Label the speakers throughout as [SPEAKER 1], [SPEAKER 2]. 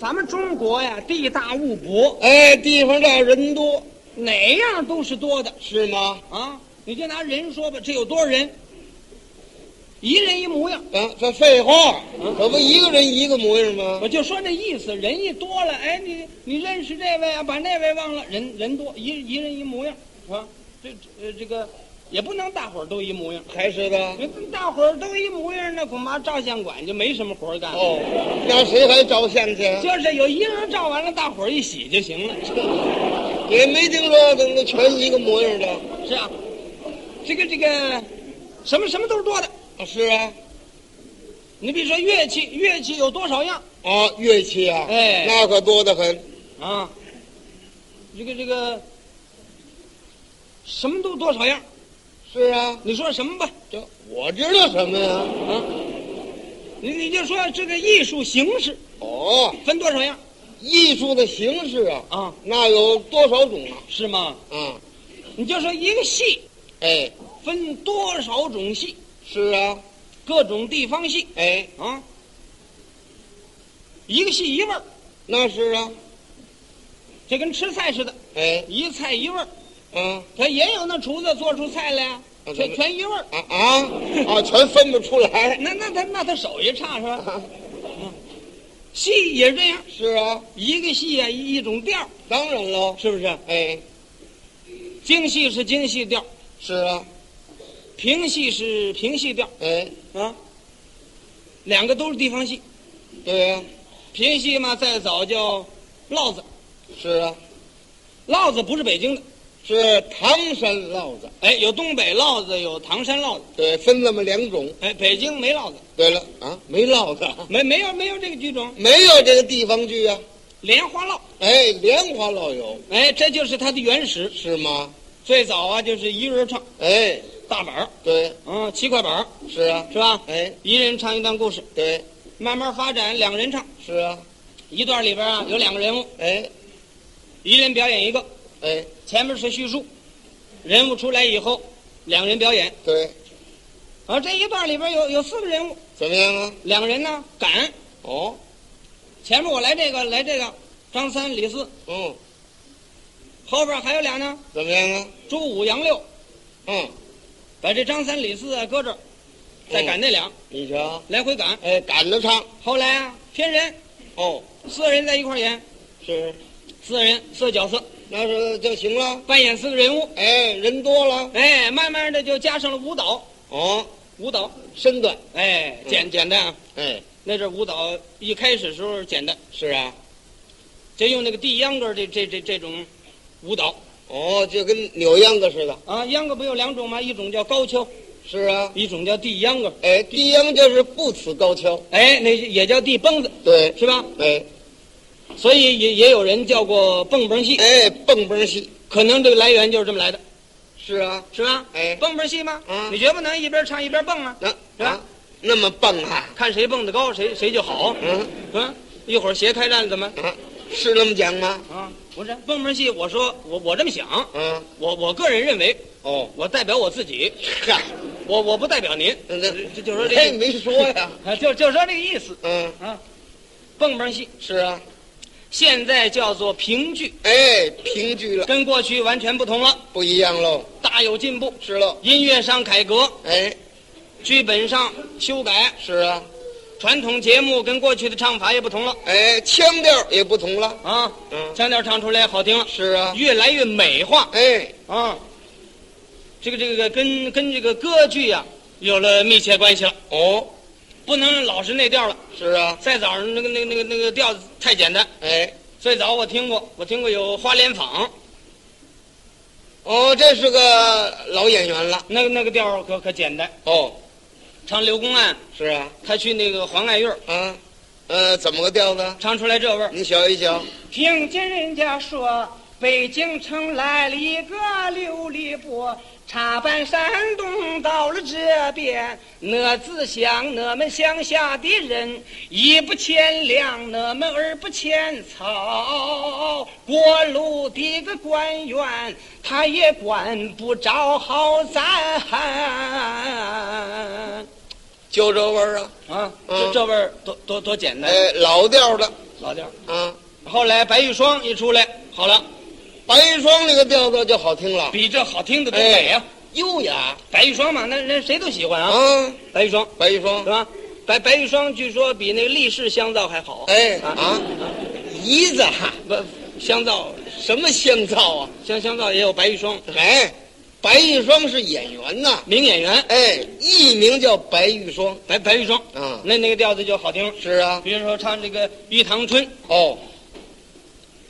[SPEAKER 1] 咱们中国呀，地大物博，
[SPEAKER 2] 哎，地方大人多
[SPEAKER 1] 哪样都是多的
[SPEAKER 2] 是吗？
[SPEAKER 1] 啊！你就拿人说吧，这有多少人？一人一模样，
[SPEAKER 2] 啊，这废话，可不一个人一个模样吗？
[SPEAKER 1] 我就说那意思，人一多了，哎，你你认识这位啊，把那位忘了，人人多，一一人一模样啊，这这呃这个也不能大伙儿都一模样，
[SPEAKER 2] 还是的。
[SPEAKER 1] 那大伙儿都一模样，那恐怕照相馆就没什么活儿干了。
[SPEAKER 2] 哦，那谁还照相去？
[SPEAKER 1] 就是有一个人照完了，大伙儿一洗就行了。
[SPEAKER 2] 也没听说怎么全一个模样的。
[SPEAKER 1] 是啊，这个这个，什么什么都是多的。
[SPEAKER 2] 啊是啊，
[SPEAKER 1] 你比如说乐器，乐器有多少样
[SPEAKER 2] 啊，乐器啊，
[SPEAKER 1] 哎
[SPEAKER 2] 那可多得很。
[SPEAKER 1] 啊？这个这个，什么都多少样？
[SPEAKER 2] 是啊，
[SPEAKER 1] 你说什么吧？
[SPEAKER 2] 这我知道什么呀？
[SPEAKER 1] 啊，你你就说这个艺术形式
[SPEAKER 2] 哦，
[SPEAKER 1] 分多少样
[SPEAKER 2] 艺术的形式啊，
[SPEAKER 1] 啊？
[SPEAKER 2] 那有多少种啊？
[SPEAKER 1] 是吗？
[SPEAKER 2] 啊，
[SPEAKER 1] 你就说一个戏
[SPEAKER 2] 哎，
[SPEAKER 1] 分多少种戏，
[SPEAKER 2] 是啊，
[SPEAKER 1] 各种地方戏
[SPEAKER 2] 哎，
[SPEAKER 1] 啊？一个戏一味儿，
[SPEAKER 2] 那是啊，
[SPEAKER 1] 这跟吃菜似的，
[SPEAKER 2] 哎，
[SPEAKER 1] 一菜一味儿。
[SPEAKER 2] 啊
[SPEAKER 1] 他也有那厨子做出菜来呀、
[SPEAKER 2] 啊
[SPEAKER 1] 全
[SPEAKER 2] 对
[SPEAKER 1] 全一味儿。哎
[SPEAKER 2] 啊啊啊，全分不出来。
[SPEAKER 1] 那那他那他手艺差是吧？
[SPEAKER 2] 啊
[SPEAKER 1] 戏也这样，
[SPEAKER 2] 是啊，
[SPEAKER 1] 一个戏啊一一种调儿，
[SPEAKER 2] 当然喽。
[SPEAKER 1] 是不是？
[SPEAKER 2] 哎，
[SPEAKER 1] 京戏是京戏调儿，
[SPEAKER 2] 是啊，
[SPEAKER 1] 评戏是评戏调
[SPEAKER 2] 哎，
[SPEAKER 1] 儿啊，两个都是地方戏。
[SPEAKER 2] 对啊，
[SPEAKER 1] 评戏嘛，再早叫烙子，
[SPEAKER 2] 是啊，
[SPEAKER 1] 烙子不是北京的，
[SPEAKER 2] 是唐山烙子。
[SPEAKER 1] 哎，有东北烙子，有唐山烙子，
[SPEAKER 2] 对，分这么两种。
[SPEAKER 1] 哎，北京没烙子，
[SPEAKER 2] 对了啊，没烙子，
[SPEAKER 1] 没没有没有这个剧种，
[SPEAKER 2] 没有这个地方剧啊。
[SPEAKER 1] 莲花烙，
[SPEAKER 2] 哎，莲花烙有
[SPEAKER 1] 哎，这就是它的原始。
[SPEAKER 2] 是吗？
[SPEAKER 1] 最早啊，就是一人唱
[SPEAKER 2] 哎，
[SPEAKER 1] 大板儿，
[SPEAKER 2] 对，
[SPEAKER 1] 嗯，七块板儿
[SPEAKER 2] 是啊，
[SPEAKER 1] 是吧？
[SPEAKER 2] 哎，
[SPEAKER 1] 一人唱一段故事，
[SPEAKER 2] 对，
[SPEAKER 1] 慢慢发展，两个人唱
[SPEAKER 2] 是啊，
[SPEAKER 1] 一段里边啊有两个人物，
[SPEAKER 2] 哎，
[SPEAKER 1] 一人表演一个，
[SPEAKER 2] 哎，
[SPEAKER 1] 前面是叙述，人物出来以后，两人表演。
[SPEAKER 2] 对，
[SPEAKER 1] 啊，这一段里边有有四个人物，
[SPEAKER 2] 怎么样啊？
[SPEAKER 1] 两个人呢赶，
[SPEAKER 2] 哦，
[SPEAKER 1] 前面我来这个来这个，张三李四，
[SPEAKER 2] 嗯，
[SPEAKER 1] 后边还有俩呢，
[SPEAKER 2] 怎么样啊？
[SPEAKER 1] 朱五杨六，
[SPEAKER 2] 嗯，
[SPEAKER 1] 把这张三李四啊搁这儿，再赶那俩，
[SPEAKER 2] 你瞧，
[SPEAKER 1] 来回赶。
[SPEAKER 2] 哎，赶得上
[SPEAKER 1] 后来啊添人，
[SPEAKER 2] 哦，
[SPEAKER 1] 四个人在一块儿演，
[SPEAKER 2] 是，
[SPEAKER 1] 四个人四个角色
[SPEAKER 2] 那是就行了。
[SPEAKER 1] 扮演四个人物，
[SPEAKER 2] 哎，人多了
[SPEAKER 1] 哎，慢慢的就加上了舞蹈，
[SPEAKER 2] 哦，
[SPEAKER 1] 舞蹈。
[SPEAKER 2] 身段，
[SPEAKER 1] 哎，简简单啊，
[SPEAKER 2] 哎，
[SPEAKER 1] 那阵儿舞蹈一开始时候简单，
[SPEAKER 2] 是啊，
[SPEAKER 1] 就用那个地秧歌儿这这这这种舞蹈
[SPEAKER 2] 哦，就跟扭秧歌似的。
[SPEAKER 1] 啊。秧歌儿不有两种吗？一种叫高跷，
[SPEAKER 2] 是啊，
[SPEAKER 1] 一种叫地秧歌儿。
[SPEAKER 2] 哎，低秧就是不辞高跷。
[SPEAKER 1] 哎，那也叫地蹦子，
[SPEAKER 2] 对，
[SPEAKER 1] 是吧？
[SPEAKER 2] 哎，
[SPEAKER 1] 所以也也有人叫过蹦蹦戏，
[SPEAKER 2] 哎，蹦蹦戏。
[SPEAKER 1] 可能这个来源就是这么来的，
[SPEAKER 2] 是啊，
[SPEAKER 1] 是吧？
[SPEAKER 2] 哎
[SPEAKER 1] 蹦蹦戏吗？
[SPEAKER 2] 嗯
[SPEAKER 1] 你绝不能一边唱一边蹦啊，
[SPEAKER 2] 那
[SPEAKER 1] 是吧
[SPEAKER 2] 啊，那么蹦啊，
[SPEAKER 1] 看谁蹦得高，谁谁就好。
[SPEAKER 2] 嗯
[SPEAKER 1] 嗯，一会儿斜开战怎么？
[SPEAKER 2] 啊，是那么讲吗？
[SPEAKER 1] 啊，不是蹦蹦戏，我说我我这么想，
[SPEAKER 2] 啊，
[SPEAKER 1] 我我个人认为，
[SPEAKER 2] 哦，
[SPEAKER 1] 我代表我自己，
[SPEAKER 2] 嗨，
[SPEAKER 1] 我我不代表您，
[SPEAKER 2] 那那
[SPEAKER 1] 这就说这
[SPEAKER 2] 哎没说 呀，
[SPEAKER 1] 啊，就就说这个意思
[SPEAKER 2] 嗯，
[SPEAKER 1] 啊。蹦蹦戏
[SPEAKER 2] 是啊，
[SPEAKER 1] 现在叫做评剧，
[SPEAKER 2] 哎，平剧了，
[SPEAKER 1] 跟过去完全不同了，
[SPEAKER 2] 不一样喽，
[SPEAKER 1] 大有进步。
[SPEAKER 2] 是喽，
[SPEAKER 1] 音乐上改革，
[SPEAKER 2] 哎，
[SPEAKER 1] 剧本上修改，
[SPEAKER 2] 是啊，
[SPEAKER 1] 传统节目跟过去的唱法也不同了
[SPEAKER 2] 哎，腔调也不同了，
[SPEAKER 1] 啊，
[SPEAKER 2] 嗯，
[SPEAKER 1] 腔调唱出来好听了，
[SPEAKER 2] 是啊，
[SPEAKER 1] 越来越美化
[SPEAKER 2] 哎，
[SPEAKER 1] 啊。这个这个跟跟这个歌剧呀、有了密切关系了，
[SPEAKER 2] 哦，
[SPEAKER 1] 不能老是那调了。
[SPEAKER 2] 是啊，
[SPEAKER 1] 再早上那个那个那个那个调子太简单，
[SPEAKER 2] 哎，
[SPEAKER 1] 最早我听过，我听过有花莲坊，
[SPEAKER 2] 哦，这是个老演员了，
[SPEAKER 1] 那个那个调儿可可简单，
[SPEAKER 2] 哦，
[SPEAKER 1] 唱刘公案，
[SPEAKER 2] 是啊，
[SPEAKER 1] 他去那个黄爱院
[SPEAKER 2] 啊，呃，怎么个调子？
[SPEAKER 1] 唱出来这味儿。
[SPEAKER 2] 你瞧一瞧，
[SPEAKER 1] 听见人家说，北京城来了一个琉璃波，插班山东到了这边，我只想我们乡下的人，一不牵粮，我们二不牵草。过路的个官员，他也管不着好咱。
[SPEAKER 2] 就这味儿啊，
[SPEAKER 1] 啊，
[SPEAKER 2] 嗯
[SPEAKER 1] 这这味儿多多多简单，
[SPEAKER 2] 哎，老调的
[SPEAKER 1] 老调儿。
[SPEAKER 2] 啊。
[SPEAKER 1] 后来白玉霜一出来，好了，
[SPEAKER 2] 白玉霜那个调调就好听了，
[SPEAKER 1] 比这好听的多美呀、
[SPEAKER 2] 优雅
[SPEAKER 1] 白玉霜嘛，那人谁都喜欢啊。
[SPEAKER 2] 哎啊。
[SPEAKER 1] 白玉霜
[SPEAKER 2] 白玉
[SPEAKER 1] 是
[SPEAKER 2] 霜，
[SPEAKER 1] 吧？白白玉霜据说比那个力士香皂还好。
[SPEAKER 2] 哎
[SPEAKER 1] 啊
[SPEAKER 2] 啊，姨子啊，
[SPEAKER 1] 不，香皂
[SPEAKER 2] 什么香皂啊？
[SPEAKER 1] 香香皂也有白玉霜，
[SPEAKER 2] 哎，白玉霜是演员呐，
[SPEAKER 1] 名演员
[SPEAKER 2] 哎，艺名叫白玉霜
[SPEAKER 1] 白白玉霜，
[SPEAKER 2] 啊。
[SPEAKER 1] 那那个调子就好听了。
[SPEAKER 2] 是啊，
[SPEAKER 1] 比如说唱这个《玉堂春》，
[SPEAKER 2] 哦，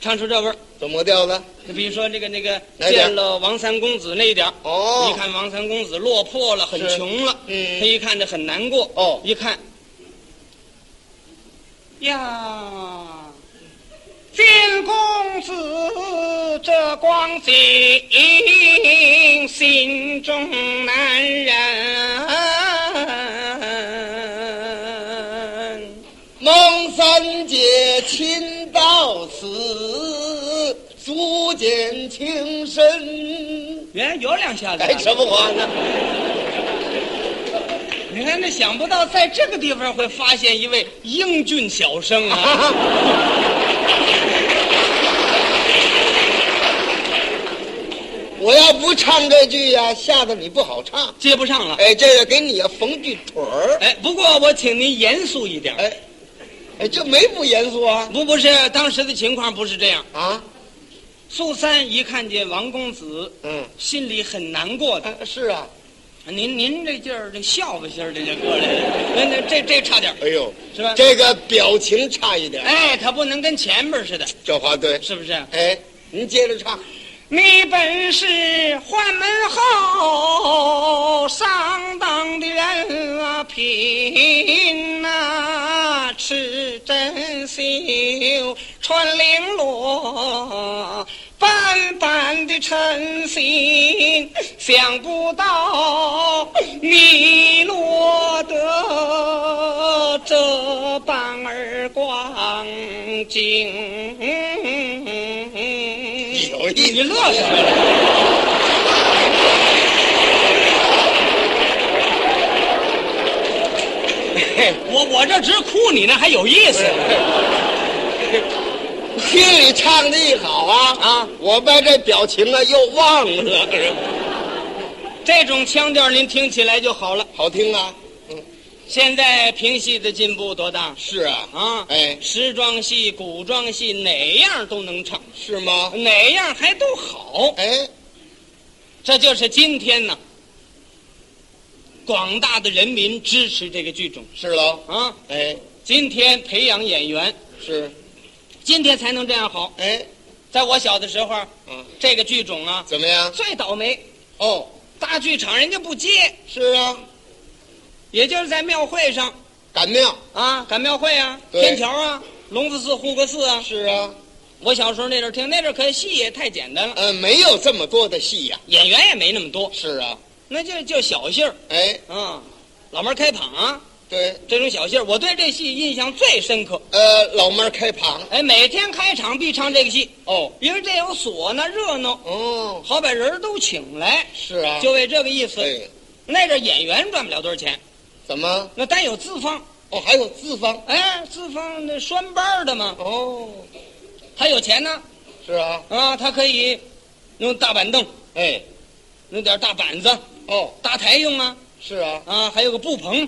[SPEAKER 1] 唱出这味儿。
[SPEAKER 2] 怎么个调子？
[SPEAKER 1] 比如说那个那个
[SPEAKER 2] 哪点儿
[SPEAKER 1] 见了王三公子那一点儿，
[SPEAKER 2] 哦，
[SPEAKER 1] 一，看王三公子落魄了，很
[SPEAKER 2] 是
[SPEAKER 1] 穷了，他
[SPEAKER 2] 嗯，
[SPEAKER 1] 一看这很难过，
[SPEAKER 2] 哦，
[SPEAKER 1] 一看，呀，金公子这光景，心中难忍。
[SPEAKER 2] 孟三姐亲到此，足见情深。
[SPEAKER 1] 原有两下子、啊
[SPEAKER 2] 哎，什么话呢？
[SPEAKER 1] 你看，那想不到在这个地方会发现一位英俊小生啊！
[SPEAKER 2] 我要不唱这句呀、吓得你不好唱。
[SPEAKER 1] 接不上了。
[SPEAKER 2] 哎，这个给你啊缝句腿儿。
[SPEAKER 1] 哎，不过我请您严肃一点。
[SPEAKER 2] 哎，哎，这没不严肃啊
[SPEAKER 1] 不，不是当时的情况不是这样。
[SPEAKER 2] 啊，
[SPEAKER 1] 苏三一看见王公子，
[SPEAKER 2] 嗯，
[SPEAKER 1] 心里很难过的。
[SPEAKER 2] 啊是啊。
[SPEAKER 1] 您您这劲儿，这笑话心儿，这就过来了。那那这这差点儿
[SPEAKER 2] 哎呦，
[SPEAKER 1] 是吧？
[SPEAKER 2] 这个表情差一点，
[SPEAKER 1] 哎，他不能跟前面似的，
[SPEAKER 2] 这话对。
[SPEAKER 1] 是不是？
[SPEAKER 2] 哎，您接着 唱。
[SPEAKER 1] 你本是宦门后上当的人啊，品呐、吃针绣，穿绫罗，斑斑的称心，想不到你落得这般儿光景。
[SPEAKER 2] 有意思
[SPEAKER 1] 你乐什么呀？我我这直哭，你那还有意思？
[SPEAKER 2] 听你唱的一好啊
[SPEAKER 1] 啊！
[SPEAKER 2] 我把这表情啊又忘了，
[SPEAKER 1] 这种腔调您听起来就好了。
[SPEAKER 2] 好听啊！
[SPEAKER 1] 现在评戏的进步多大
[SPEAKER 2] 是啊，
[SPEAKER 1] 啊？
[SPEAKER 2] 哎，
[SPEAKER 1] 时装戏、古装戏哪样都能唱，
[SPEAKER 2] 是吗？
[SPEAKER 1] 哪样还都好。
[SPEAKER 2] 哎，
[SPEAKER 1] 这就是今天呢，广大的人民支持这个剧种
[SPEAKER 2] 是喽，
[SPEAKER 1] 啊。
[SPEAKER 2] 哎，
[SPEAKER 1] 今天培养演员，
[SPEAKER 2] 是，
[SPEAKER 1] 今天才能这样好。
[SPEAKER 2] 哎，
[SPEAKER 1] 在我小的时候，
[SPEAKER 2] 嗯，
[SPEAKER 1] 这个剧种啊
[SPEAKER 2] 怎么样？
[SPEAKER 1] 最倒霉，
[SPEAKER 2] 哦，
[SPEAKER 1] 大剧场人家不接，
[SPEAKER 2] 是啊，
[SPEAKER 1] 也就是在庙会上
[SPEAKER 2] 赶庙
[SPEAKER 1] 啊，赶庙会啊，
[SPEAKER 2] 对
[SPEAKER 1] 天桥啊，龙子寺、护国寺啊。
[SPEAKER 2] 是啊，
[SPEAKER 1] 我小时候那阵儿听，那阵儿可戏也太简单了，
[SPEAKER 2] 呃，没有这么多的戏呀、
[SPEAKER 1] 演员也没那么多，
[SPEAKER 2] 是啊，
[SPEAKER 1] 那就就小戏儿
[SPEAKER 2] 哎，
[SPEAKER 1] 啊，老门开膀啊，
[SPEAKER 2] 对，
[SPEAKER 1] 这种小戏儿，我对这戏印象最深刻。
[SPEAKER 2] 呃，老妹儿开旁，
[SPEAKER 1] 哎，每天开场必唱这个戏，
[SPEAKER 2] 哦，
[SPEAKER 1] 因为这有唢呐热闹，
[SPEAKER 2] 哦，
[SPEAKER 1] 好把人儿都请来，
[SPEAKER 2] 是啊，
[SPEAKER 1] 就为这个意思。
[SPEAKER 2] 哎，
[SPEAKER 1] 那阵儿演员赚不了多少钱，
[SPEAKER 2] 怎么？
[SPEAKER 1] 那单有资方。
[SPEAKER 2] 哦，还有资方，
[SPEAKER 1] 哎，四方那拴班儿的嘛，
[SPEAKER 2] 哦，
[SPEAKER 1] 他有钱呢
[SPEAKER 2] 是啊，
[SPEAKER 1] 啊，他可以弄大板凳，
[SPEAKER 2] 哎，
[SPEAKER 1] 弄点大板子
[SPEAKER 2] 哦，
[SPEAKER 1] 搭台用啊
[SPEAKER 2] 是啊，
[SPEAKER 1] 啊，还有个布棚，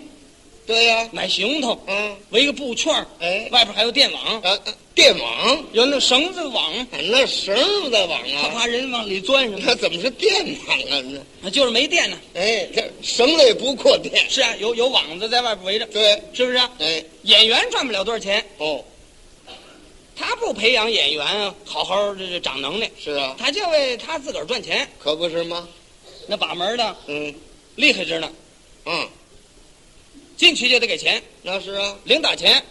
[SPEAKER 2] 对呀、
[SPEAKER 1] 买行头，
[SPEAKER 2] 嗯，
[SPEAKER 1] 围个布圈儿，
[SPEAKER 2] 哎。
[SPEAKER 1] 外边还有电网，
[SPEAKER 2] 啊，呃电网，
[SPEAKER 1] 有那绳子网，
[SPEAKER 2] 那绳儿的网
[SPEAKER 1] 他
[SPEAKER 2] 啊，
[SPEAKER 1] 怕人往里钻什
[SPEAKER 2] 那怎么是电网啊？那
[SPEAKER 1] 么，就是没电呢。
[SPEAKER 2] 哎，这绳子也不扩电，
[SPEAKER 1] 是啊，有有网子在外边围着，
[SPEAKER 2] 对，
[SPEAKER 1] 是不是啊、
[SPEAKER 2] 哎，
[SPEAKER 1] 演员赚不了多少钱，
[SPEAKER 2] 哦，
[SPEAKER 1] 他不培养演员好好这这长能耐，
[SPEAKER 2] 是啊，
[SPEAKER 1] 他就为他自个儿赚钱。
[SPEAKER 2] 可不是吗？
[SPEAKER 1] 那把门的
[SPEAKER 2] 嗯，
[SPEAKER 1] 厉害着呢，
[SPEAKER 2] 嗯，
[SPEAKER 1] 进去就得给钱，
[SPEAKER 2] 那是啊，
[SPEAKER 1] 零打钱。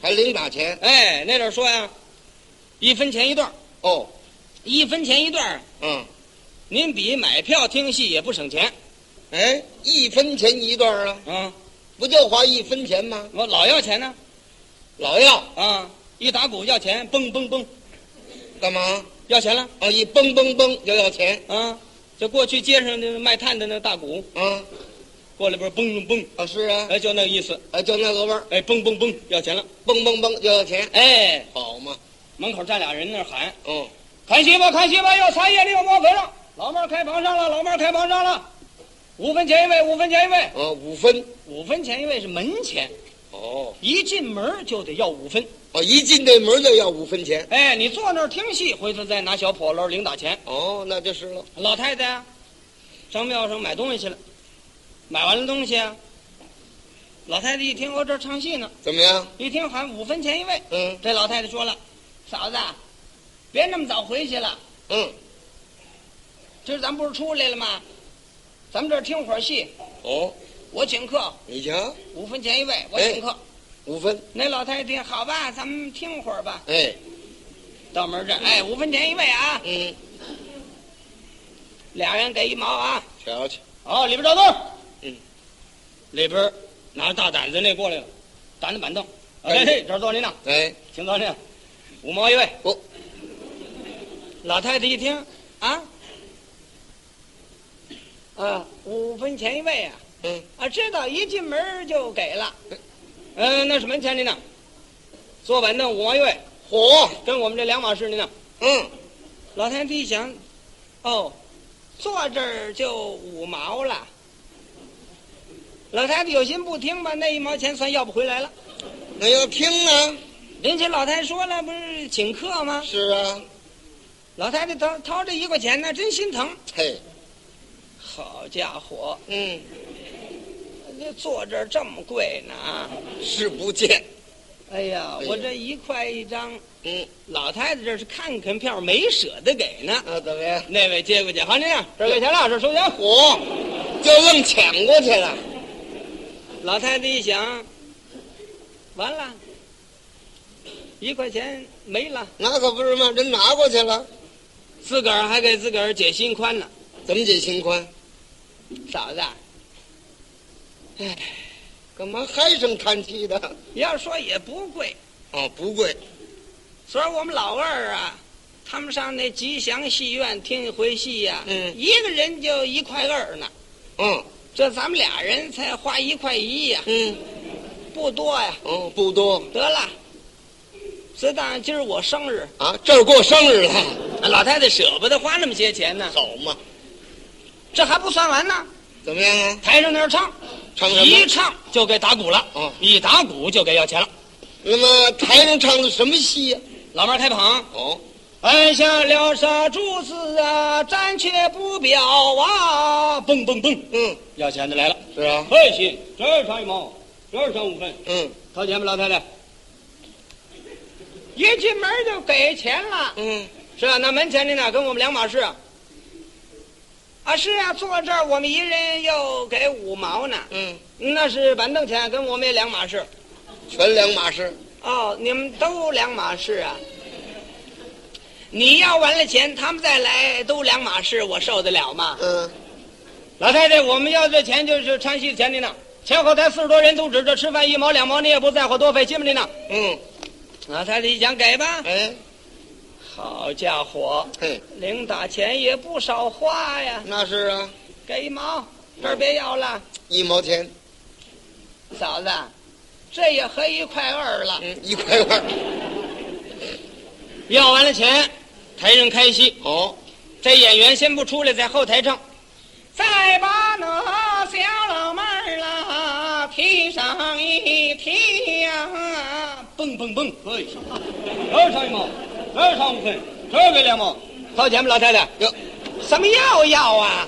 [SPEAKER 2] 还零打钱，
[SPEAKER 1] 哎，那阵儿说呀，一分钱一段儿，
[SPEAKER 2] 哦，
[SPEAKER 1] 一分钱一段儿，
[SPEAKER 2] 嗯，
[SPEAKER 1] 您比买票听戏也不省钱。
[SPEAKER 2] 哎，一分钱一段啊，
[SPEAKER 1] 嗯，
[SPEAKER 2] 不就花一分钱吗？
[SPEAKER 1] 我老要钱呢，
[SPEAKER 2] 老要
[SPEAKER 1] 啊，一打鼓要钱，蹦蹦蹦，
[SPEAKER 2] 干嘛？
[SPEAKER 1] 要钱了，
[SPEAKER 2] 哦，一蹦蹦蹦就要钱
[SPEAKER 1] 啊，就过去街上那卖炭的那大鼓，
[SPEAKER 2] 啊，
[SPEAKER 1] 过来边蹦蹦蹦，
[SPEAKER 2] 啊是啊，
[SPEAKER 1] 哎，就那个意思，
[SPEAKER 2] 啊就那个味儿，
[SPEAKER 1] 哎，蹦蹦蹦，要钱了，
[SPEAKER 2] 蹦蹦蹦就要钱，
[SPEAKER 1] 哎，
[SPEAKER 2] 好嘛，
[SPEAKER 1] 门口站俩人那儿喊，
[SPEAKER 2] 嗯，
[SPEAKER 1] 看媳妇，看媳妇，要茶叶的要毛肥了，老妹儿开房上了，老妹儿开房上了，五分钱一位，五分钱一位，
[SPEAKER 2] 啊五分，
[SPEAKER 1] 五分钱一位是门钱，
[SPEAKER 2] 哦，
[SPEAKER 1] 一进门就得要五分。
[SPEAKER 2] 哦一进这门就要五分钱，
[SPEAKER 1] 哎，你坐那儿听戏，回头再拿小笸箩零打钱。
[SPEAKER 2] 哦那就是了，
[SPEAKER 1] 老太太啊，上庙上买东西去了，买完了东西啊，老太太一听我哦这儿唱戏呢，
[SPEAKER 2] 怎么样？
[SPEAKER 1] 一听喊五分钱一位，
[SPEAKER 2] 嗯
[SPEAKER 1] 这老太太说了，嫂子，啊别那么早回去了，
[SPEAKER 2] 嗯，
[SPEAKER 1] 今儿咱不是出来了吗？咱们这儿听会儿戏，
[SPEAKER 2] 哦，
[SPEAKER 1] 我请客，
[SPEAKER 2] 你瞧
[SPEAKER 1] 五分钱一位，我请客。
[SPEAKER 2] 五分，
[SPEAKER 1] 那老太太听好吧，咱们听会儿吧。
[SPEAKER 2] 哎，
[SPEAKER 1] 到门这儿，哎，五分钱一位啊，
[SPEAKER 2] 嗯，
[SPEAKER 1] 俩人给一毛啊。
[SPEAKER 2] 瞧瞧，
[SPEAKER 1] 好，里边找座。
[SPEAKER 2] 嗯，
[SPEAKER 1] 里边拿着大胆子那过来了，担着板凳。
[SPEAKER 2] 哎
[SPEAKER 1] 哎，嘿这儿坐您呢，
[SPEAKER 2] 哎，
[SPEAKER 1] 请坐您。五毛一位。
[SPEAKER 2] 哦
[SPEAKER 1] 老太太一听啊，啊，五分钱一位啊，
[SPEAKER 2] 嗯，
[SPEAKER 1] 啊，知道一进门儿就给了。嗯、那是门钱您呢，坐板凳五毛一位，
[SPEAKER 2] 火，
[SPEAKER 1] 跟我们这两码事您呢。
[SPEAKER 2] 嗯，
[SPEAKER 1] 老太太一想，哦，坐这儿就五毛了。老太太有心不听吧，那一毛钱算要不回来了。
[SPEAKER 2] 那要听呢？
[SPEAKER 1] 人家老太太说了，不是请客吗？
[SPEAKER 2] 是啊，
[SPEAKER 1] 老太太掏掏这一块钱呢，真心疼。
[SPEAKER 2] 嘿，
[SPEAKER 1] 好家伙，
[SPEAKER 2] 嗯，
[SPEAKER 1] 这坐这儿这么贵呢啊！
[SPEAKER 2] 是不见，
[SPEAKER 1] 哎呀
[SPEAKER 2] 哎，呀
[SPEAKER 1] 我这一块一张，
[SPEAKER 2] 嗯，
[SPEAKER 1] 老太太这是看看票，没舍得给呢。
[SPEAKER 2] 那啊怎么样？
[SPEAKER 1] 那位接过去，好，这样，这儿给钱了，这儿收钱。
[SPEAKER 2] 火，就愣抢过去了，
[SPEAKER 1] 老太太一想，完了，一块钱没了，
[SPEAKER 2] 那可不是嘛，人拿过去了，
[SPEAKER 1] 自个儿还给自个儿解心宽呢。
[SPEAKER 2] 怎么解心宽？
[SPEAKER 1] 嫂子啊，
[SPEAKER 2] 干嘛唉声叹气的？
[SPEAKER 1] 要说也不贵，
[SPEAKER 2] 哦，不贵，
[SPEAKER 1] 昨儿我们老二啊，他们上那吉祥戏院听一回戏呀、
[SPEAKER 2] 嗯
[SPEAKER 1] 一个人就一块二呢，
[SPEAKER 2] 嗯
[SPEAKER 1] 这咱们俩人才花一块一呀、
[SPEAKER 2] 嗯，
[SPEAKER 1] 不多呀、
[SPEAKER 2] 哦，不多
[SPEAKER 1] 得了，知道今儿我生日，
[SPEAKER 2] 啊，这儿过生日了，
[SPEAKER 1] 老太太舍不得花那么些钱呢，
[SPEAKER 2] 好嘛？
[SPEAKER 1] 这还不算完呢，
[SPEAKER 2] 怎么样啊？
[SPEAKER 1] 台上那儿唱。
[SPEAKER 2] 唱什
[SPEAKER 1] 一
[SPEAKER 2] 么？
[SPEAKER 1] 唱嗯就给打鼓了，
[SPEAKER 2] 哦
[SPEAKER 1] 一打鼓就给要钱了。
[SPEAKER 2] 那么台上唱的什么戏呀、
[SPEAKER 1] 老妹儿开捧，
[SPEAKER 2] 哦，
[SPEAKER 1] 按下了杀柱子啊，暂且不表啊，蹦蹦蹦，
[SPEAKER 2] 嗯，
[SPEAKER 1] 要钱的来了。
[SPEAKER 2] 是啊，
[SPEAKER 1] 嘿，行，这儿上一毛，这儿上五分，
[SPEAKER 2] 嗯
[SPEAKER 1] 掏钱吧，老太太。一进门就给钱了，
[SPEAKER 2] 嗯，
[SPEAKER 1] 是啊，那门前的呢，跟我们两码事啊。啊，是啊，坐这儿我们一人又给五毛呢，
[SPEAKER 2] 嗯，
[SPEAKER 1] 那是板凳钱，跟我们也两码事。
[SPEAKER 2] 全两码事，
[SPEAKER 1] 哦，你们都两码事啊？你要完了钱，他们再来都两码事，我受得了吗？
[SPEAKER 2] 嗯，
[SPEAKER 1] 老太太，我们要这钱就是唱戏的钱您呢，前后台四十多人都指着吃饭一毛两毛，你也不在乎多费心吧您呢？
[SPEAKER 2] 嗯，
[SPEAKER 1] 老太太一讲给吧，
[SPEAKER 2] 哎
[SPEAKER 1] 好家伙，
[SPEAKER 2] 嘿，
[SPEAKER 1] 零打钱也不少花呀，
[SPEAKER 2] 那是啊，
[SPEAKER 1] 给一毛，这儿别要了，
[SPEAKER 2] 一毛钱，
[SPEAKER 1] 嫂子，这也合一块二了。
[SPEAKER 2] 嗯，一块二，
[SPEAKER 1] 要完了钱，台上开戏。
[SPEAKER 2] 哦，
[SPEAKER 1] 这演员先不出来，在后台唱。再把那小老妹儿啦提上一提呀、蹦蹦蹦，哎，这儿上一毛，这儿上五分，这儿给两毛，掏钱吧，老太太。
[SPEAKER 2] 哟，
[SPEAKER 1] 什么要要啊？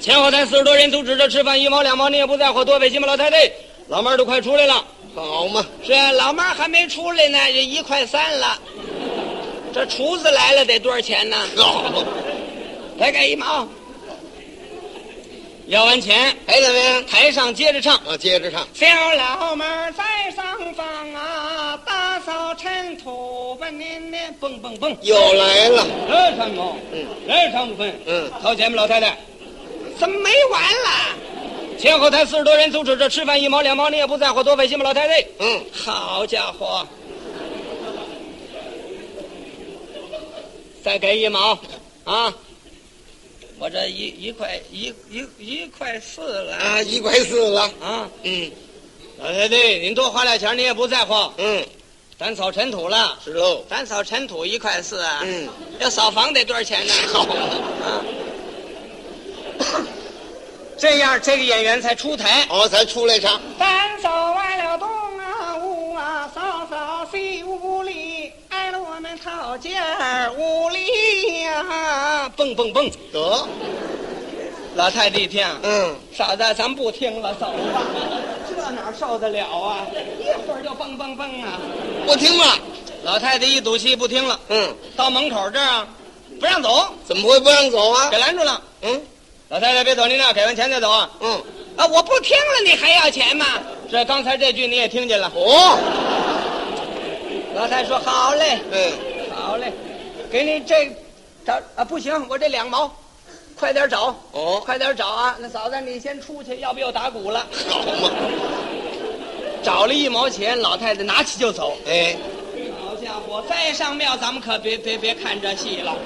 [SPEAKER 1] 前后台四十多人都指着吃饭，一毛两毛你也不在乎，多费心吧，老太太。老妹儿都快出来了，
[SPEAKER 2] 好嘛，
[SPEAKER 1] 是啊老妹儿还没出来呢，就一块三了。这厨子来了得多少钱呢？
[SPEAKER 2] 好嘛，
[SPEAKER 1] 来给一毛。要完钱，
[SPEAKER 2] 还怎么样？
[SPEAKER 1] 台上接着唱。
[SPEAKER 2] 啊，接着唱，
[SPEAKER 3] 小老妹儿在上房啊，打扫尘土吧您呢。
[SPEAKER 1] 蹦蹦蹦，
[SPEAKER 2] 又来了，
[SPEAKER 1] 这唱一毛，
[SPEAKER 2] 嗯，
[SPEAKER 1] 这唱五分，
[SPEAKER 2] 嗯，
[SPEAKER 1] 掏钱吧，老太太。
[SPEAKER 3] 怎么没完了？
[SPEAKER 1] 前后台四十多人，阻止着吃饭一毛两毛，你也不在乎，多费心吧，老太太。
[SPEAKER 2] 嗯。
[SPEAKER 1] 好家伙，再给一毛，啊，我这一一块一一一块四了
[SPEAKER 2] 啊，一块四了。
[SPEAKER 1] 啊！
[SPEAKER 2] 嗯
[SPEAKER 1] 老太太，您多花点钱，你也不在乎，
[SPEAKER 2] 嗯，
[SPEAKER 1] 咱扫尘土了，
[SPEAKER 2] 是喽。
[SPEAKER 1] 咱扫尘土一块四啊。
[SPEAKER 2] 嗯，
[SPEAKER 1] 要扫房得多少钱呢？好啊，这样这个演员才出台。
[SPEAKER 2] 哦，咱出来唱。
[SPEAKER 4] 咱走完了东啊屋啊，扫扫西屋里，挨了我们套间儿屋里呀、
[SPEAKER 1] 蹦蹦蹦！
[SPEAKER 2] 得，
[SPEAKER 1] 老太太一听，
[SPEAKER 2] 嗯，
[SPEAKER 1] 嫂子，咱不听了，走吧。这哪受得了啊！一会儿就蹦蹦蹦啊！
[SPEAKER 2] 我听了。
[SPEAKER 1] 老太太啊一赌气不听了，
[SPEAKER 2] 嗯，
[SPEAKER 1] 到门口这儿啊，不让走，
[SPEAKER 2] 怎么会不让走啊
[SPEAKER 1] 给？拦住了。
[SPEAKER 2] 嗯
[SPEAKER 1] 老太太别走，您俩给完钱再走啊！
[SPEAKER 2] 嗯，
[SPEAKER 1] 啊，我不听了，你还要钱吗？这刚才这句你也听见了。
[SPEAKER 2] 哦，
[SPEAKER 1] 老太太说好嘞，
[SPEAKER 2] 嗯，
[SPEAKER 1] 好嘞，给你这，找啊不行，我这两毛，快点找，
[SPEAKER 2] 哦
[SPEAKER 1] 快点找啊！那嫂子你先出去，要不又打鼓了。
[SPEAKER 2] 好嘛。
[SPEAKER 1] 找了一毛钱，老太太拿起就走。
[SPEAKER 2] 哎，
[SPEAKER 1] 好家伙，再上庙咱们可别别别看这戏了，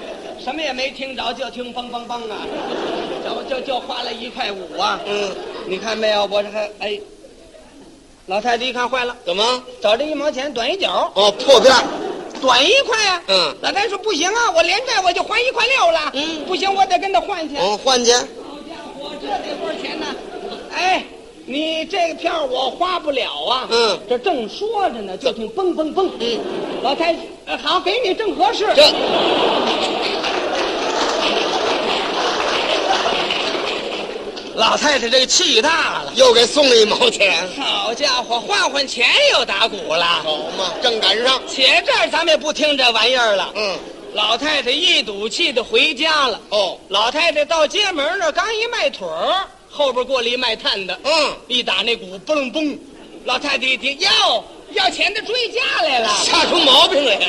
[SPEAKER 1] 什么也没听着，就听梆梆梆啊，就就就花了一块五啊。
[SPEAKER 2] 嗯，
[SPEAKER 1] 你看没有？我这还哎，老太太一看坏了，
[SPEAKER 2] 怎么？
[SPEAKER 1] 找这一毛钱短一角，
[SPEAKER 2] 哦，破片儿
[SPEAKER 1] 短一块呀、
[SPEAKER 2] 嗯
[SPEAKER 1] 老太太说不行啊，我连债我就还一块六了。
[SPEAKER 2] 嗯
[SPEAKER 1] 不行，我得跟他换去。
[SPEAKER 2] 哦，换去。
[SPEAKER 1] 好家伙，这得多少钱呢？哎，你这个票我花不了啊。
[SPEAKER 2] 嗯
[SPEAKER 1] 这正说着呢，就听蹦蹦蹦。
[SPEAKER 2] 嗯，
[SPEAKER 1] 老太太，呃好，给你正合适。
[SPEAKER 2] 这，
[SPEAKER 1] 老太太这个气大了。
[SPEAKER 2] 又给送了一毛钱。
[SPEAKER 1] 好家伙，换换钱又打鼓了。
[SPEAKER 2] 好嘛，正赶上。
[SPEAKER 1] 且这儿咱们也不听这玩意儿了。
[SPEAKER 2] 嗯，
[SPEAKER 1] 老太太一赌气的回家了。
[SPEAKER 2] 哦，
[SPEAKER 1] 老太太到街门那儿刚一迈腿儿，后边过来一卖炭的，哦
[SPEAKER 2] 嗯，
[SPEAKER 1] 一打那鼓，嘣嘣。老太太一听，哟，要钱的追家来了。
[SPEAKER 2] 吓出毛病来了。